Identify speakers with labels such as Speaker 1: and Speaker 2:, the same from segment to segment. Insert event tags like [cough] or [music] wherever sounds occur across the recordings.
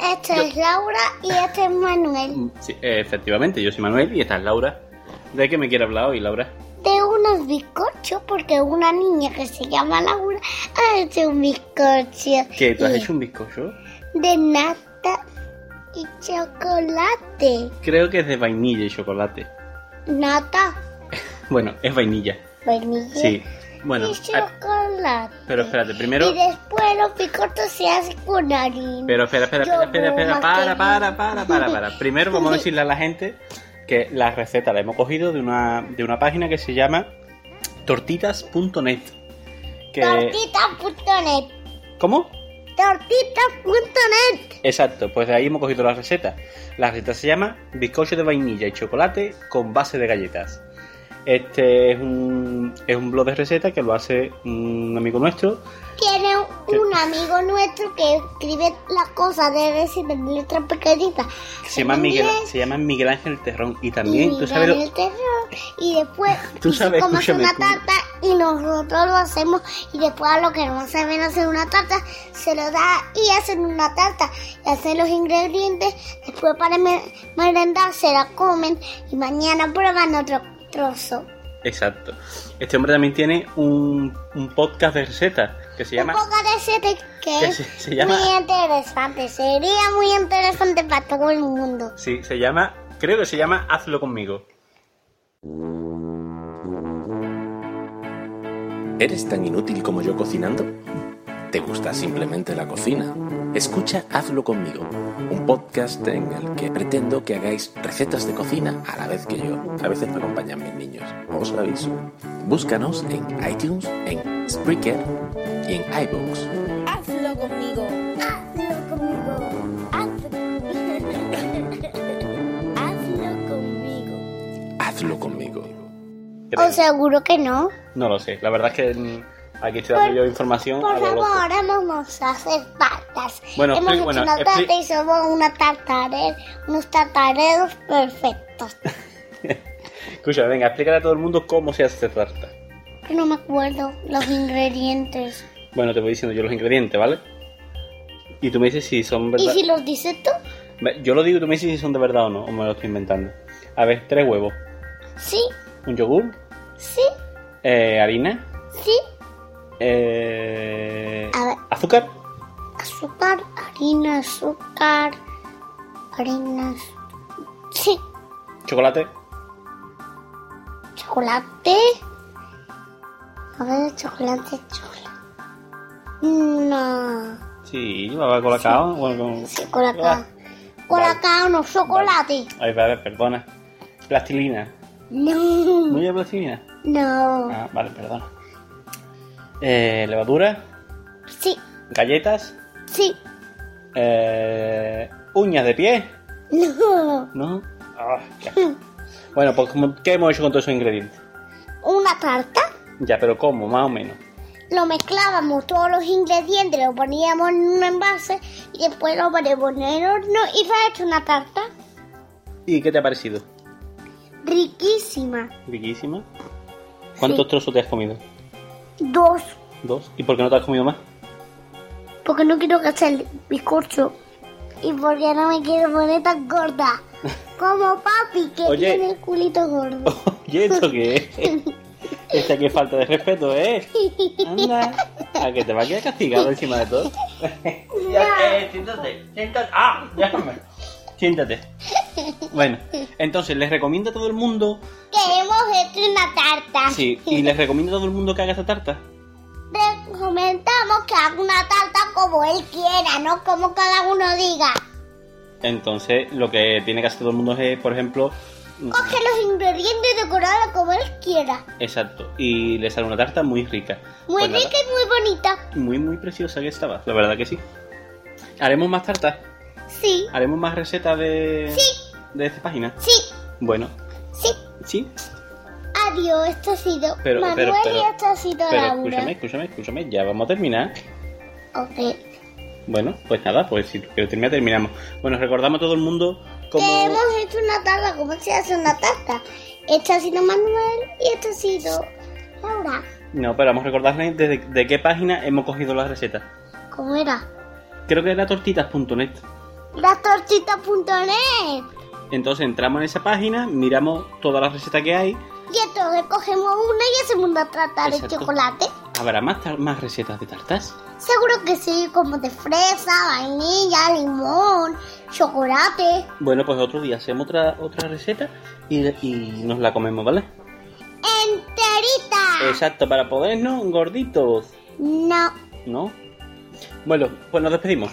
Speaker 1: Esta es Laura y este es Manuel.
Speaker 2: Sí, eh, efectivamente, yo soy Manuel y esta es Laura. ¿De qué me quiere hablar hoy, Laura?
Speaker 1: De unos bizcochos, porque una niña que se llama Laura ha hecho un bizcocho.
Speaker 2: ¿Qué? ¿Tú has
Speaker 1: Y
Speaker 2: hecho un bizcocho?
Speaker 1: De nata y chocolate.
Speaker 2: Creo que es de vainilla y chocolate.
Speaker 1: Nata,
Speaker 2: Bueno, es vainilla.
Speaker 1: vainilla
Speaker 2: Sí. Bueno,
Speaker 1: y
Speaker 2: ah,
Speaker 1: chocolate.
Speaker 2: pero espérate, primero.
Speaker 1: Y después los picotos se hacen con harina.
Speaker 2: Pero espera, espera,
Speaker 1: Yo
Speaker 2: espera, espera,
Speaker 1: como
Speaker 2: espera, para,
Speaker 1: mascarilla.
Speaker 2: para, para, para, [laughs] para. Primero vamos a decirle a la gente que la receta la hemos cogido de una, de una página que se llama tortitas.net. Que,
Speaker 1: Tortitas.net.
Speaker 2: ¿Cómo?
Speaker 1: Tortitas.net.
Speaker 2: Exacto, pues de ahí hemos cogido la receta. La receta se llama bizcocho de vainilla y chocolate con base de galletas. Este es un, es un blog de receta que lo hace un amigo nuestro.
Speaker 1: Tiene
Speaker 2: ¿Qué?
Speaker 1: un amigo nuestro que escribe las cosas de receta en letras pequeñitas.
Speaker 2: que Se llama,
Speaker 1: En
Speaker 2: Miguel,
Speaker 1: inglés,
Speaker 2: se llama Miguel Ángel Terrón. Y
Speaker 1: y
Speaker 2: también, tú sabes,
Speaker 1: gana
Speaker 2: lo-
Speaker 1: el terror. Y después
Speaker 2: Tú sabes,
Speaker 1: comas
Speaker 2: escúchame,
Speaker 1: una
Speaker 2: escúchame.
Speaker 1: tarta y nosotros lo hacemos. Y después a los que no saben hacer una tarta, se lo da y hacen una tarta. Y hacen los ingredientes. Después para mer- merendar se la comen. Y mañana prueban otro trozo.
Speaker 2: Exacto. Este hombre también tiene un, un podcast de recetas que se llama
Speaker 1: Un poco de sete que
Speaker 2: que
Speaker 1: es
Speaker 2: se- se llama-
Speaker 1: muy interesante. Sería muy interesante para todo el mundo.
Speaker 2: sí, se llama creo que se llama Hazlo conmigo.
Speaker 3: ¿Eres tan inútil como yo cocinando? ¿Te gusta simplemente la cocina? Escucha Hazlo conmigo, un podcast en el que pretendo que hagáis recetas de cocina a la vez que yo. A veces me acompañan mis niños, os lo aviso. Búscanos en iTunes, en Spreaker y en iBooks.
Speaker 4: Hazlo conmigo.
Speaker 1: Hazlo conmigo.
Speaker 4: Hazlo conmigo.
Speaker 3: Hazlo conmigo.
Speaker 2: Creo.
Speaker 1: O seguro que no.
Speaker 2: No lo sé. La verdad es que mm, aquí estoy dando
Speaker 1: Por-
Speaker 2: yo información a
Speaker 1: Por
Speaker 2: lo
Speaker 1: favor,
Speaker 2: loco.
Speaker 1: ahora vamos a hacer tartas.
Speaker 2: Bueno,
Speaker 1: Hemos
Speaker 2: expli-
Speaker 1: hecho
Speaker 2: bueno,
Speaker 1: una tarta
Speaker 2: expli-
Speaker 1: y somos una tartare- unos tartareros perfectos.
Speaker 2: Escucha, venga, explícale a todo el mundo cómo se hace esta tarta.
Speaker 1: Que no me acuerdo los ingredientes.
Speaker 2: Bueno, te voy diciendo yo los ingredientes, ¿vale? Y tú me dices si son
Speaker 1: ¿Y
Speaker 2: verdad.
Speaker 1: si los dices tú?
Speaker 2: Ve, Yo lo digo y tú me dices si son de verdad o no, o me lo estoy inventando. A ver, tres huevos,
Speaker 1: Sí,
Speaker 2: un yogur,
Speaker 1: sí,
Speaker 2: eh, harina,
Speaker 1: sí.
Speaker 2: eh,
Speaker 1: A ver.
Speaker 2: azúcar,
Speaker 1: Azúcar, harina, azúcar, harina. azu- Sí,
Speaker 2: chocolate,
Speaker 1: chocolate. A ver, chocolate, chocolate. No.
Speaker 2: Sí, va con la cao, bueno, Ah, con-
Speaker 1: Sí, colacao. Colacao, no, chocolate.
Speaker 2: Ay, vale, perdona. Plastilina. ¿No
Speaker 1: No,
Speaker 2: lleva plastilina?
Speaker 1: no.
Speaker 2: Ah, vale, perdona. Eh, levadura,
Speaker 1: Sí,
Speaker 2: galletas,
Speaker 1: sí,
Speaker 2: eh, uñas de pie,
Speaker 1: no.
Speaker 2: ¿no? Ah, qué asco. [laughs] Bueno, pues como- ¿qué hemos hecho con todos esos ingredientes?
Speaker 1: Una tarta.
Speaker 2: Ya, pero ¿cómo? Más o menos.
Speaker 1: Lo mezclábamos todos los ingredientes, lo poníamos en un envase y después lo poníamos en el horno y fue hecho una tarta
Speaker 2: ¿Y qué te ha parecido?
Speaker 1: riquísima.
Speaker 2: Riquísima. ¿Cuántos trozos te has comido?
Speaker 1: Dos,
Speaker 2: Dos. ¿Y por qué no te has comido más? [laughs]
Speaker 1: porque no quiero que sea el bizcocho y porque no me quiero poner tan
Speaker 2: [laughs]
Speaker 1: gorda como papi que
Speaker 2: Oye. Oh.
Speaker 1: tiene el culito gordo.
Speaker 2: Oye, ¿esto qué es? Esta aquí es falta de respeto, ¿eh? Anda, a que te va a quedar castigado encima de todo. Eh, siéntate, siéntate. Ah, ya me- Siéntate. Bueno, entonces les recomiendo a todo el mundo,
Speaker 1: Que hemos hecho una tarta.
Speaker 2: sí, y les recomiendo a todo el mundo que haga esta tarta.
Speaker 1: Le comentamos que haga una tarta como él quiera, no como cada uno diga.
Speaker 2: Entonces, lo que tiene que hacer todo el mundo es, por ejemplo, mm,
Speaker 1: Coge los ingredientes y decorala como él quiera.
Speaker 2: exacto, y le sale una tarta muy rica.
Speaker 1: Muy
Speaker 2: Pues nada,
Speaker 1: rica y muy bonita.
Speaker 2: muy muy preciosa que estaba, la verdad que sí. Haremos más tartas,
Speaker 1: Sí,
Speaker 2: haremos más recetas de de esta página.
Speaker 1: sí,
Speaker 2: Bueno,
Speaker 1: sí.
Speaker 2: sí,
Speaker 1: Adiós, esto ha sido
Speaker 2: Pero-
Speaker 1: Manuel
Speaker 2: pero- pero-
Speaker 1: y esto ha sido
Speaker 2: pero
Speaker 1: Laura.
Speaker 2: escúchame, escúchame, escúchame, ya vamos a terminar.
Speaker 1: Ok.
Speaker 2: Bueno, pues nada, pues si quieres terminar, terminamos. Bueno, recordamos a todo el mundo
Speaker 1: Que
Speaker 2: como...
Speaker 1: hemos hecho una tarta, ¿cómo se hace una tarta? Esto ha sido Manuel y esto ha sido Laura.
Speaker 2: No, pero vamos a recordarles desde de qué página hemos cogido las recetas.
Speaker 1: ¿Cómo era?
Speaker 2: Creo que era tortitas.net.
Speaker 1: Lastortitas.net.
Speaker 2: Entonces entramos en esa página, miramos todas las recetas que hay.
Speaker 1: Y entonces cogemos una y hacemos una tarta de
Speaker 2: Exacto.
Speaker 1: chocolate.
Speaker 2: ¿Habrá más, tar- más recetas de tartas?
Speaker 1: Seguro que sí, como de fresa, vainilla, limón, chocolate.
Speaker 2: Bueno, pues otro día hacemos otra, otra receta y, y nos la comemos, ¿vale?
Speaker 1: Enterita.
Speaker 2: Exacto, para podernos gorditos,
Speaker 1: No.
Speaker 2: ¿no? Bueno, pues nos despedimos.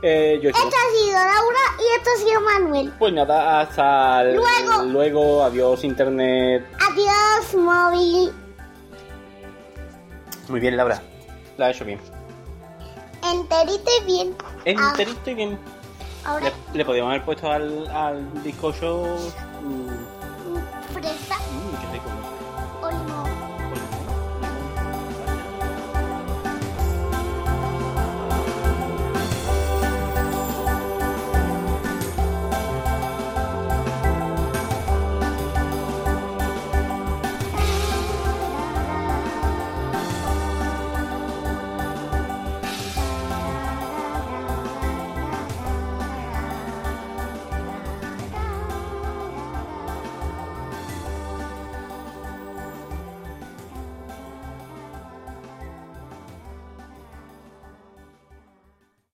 Speaker 2: Eh, yo
Speaker 1: Esto ha sido Laura y esto ha sido Manuel.
Speaker 2: Pues nada, hasta el-
Speaker 1: Luego.
Speaker 2: luego, adiós internet.
Speaker 1: Adiós, móvil.
Speaker 2: Muy bien, Laura. La he hecho bien.
Speaker 1: Enterito y bien.
Speaker 2: Enterito y bien.
Speaker 1: Ah, ahora
Speaker 2: Le, le podíamos haber puesto al, al bizcocho. mm,
Speaker 1: fresa
Speaker 2: mm, qué rico.
Speaker 1: o limón.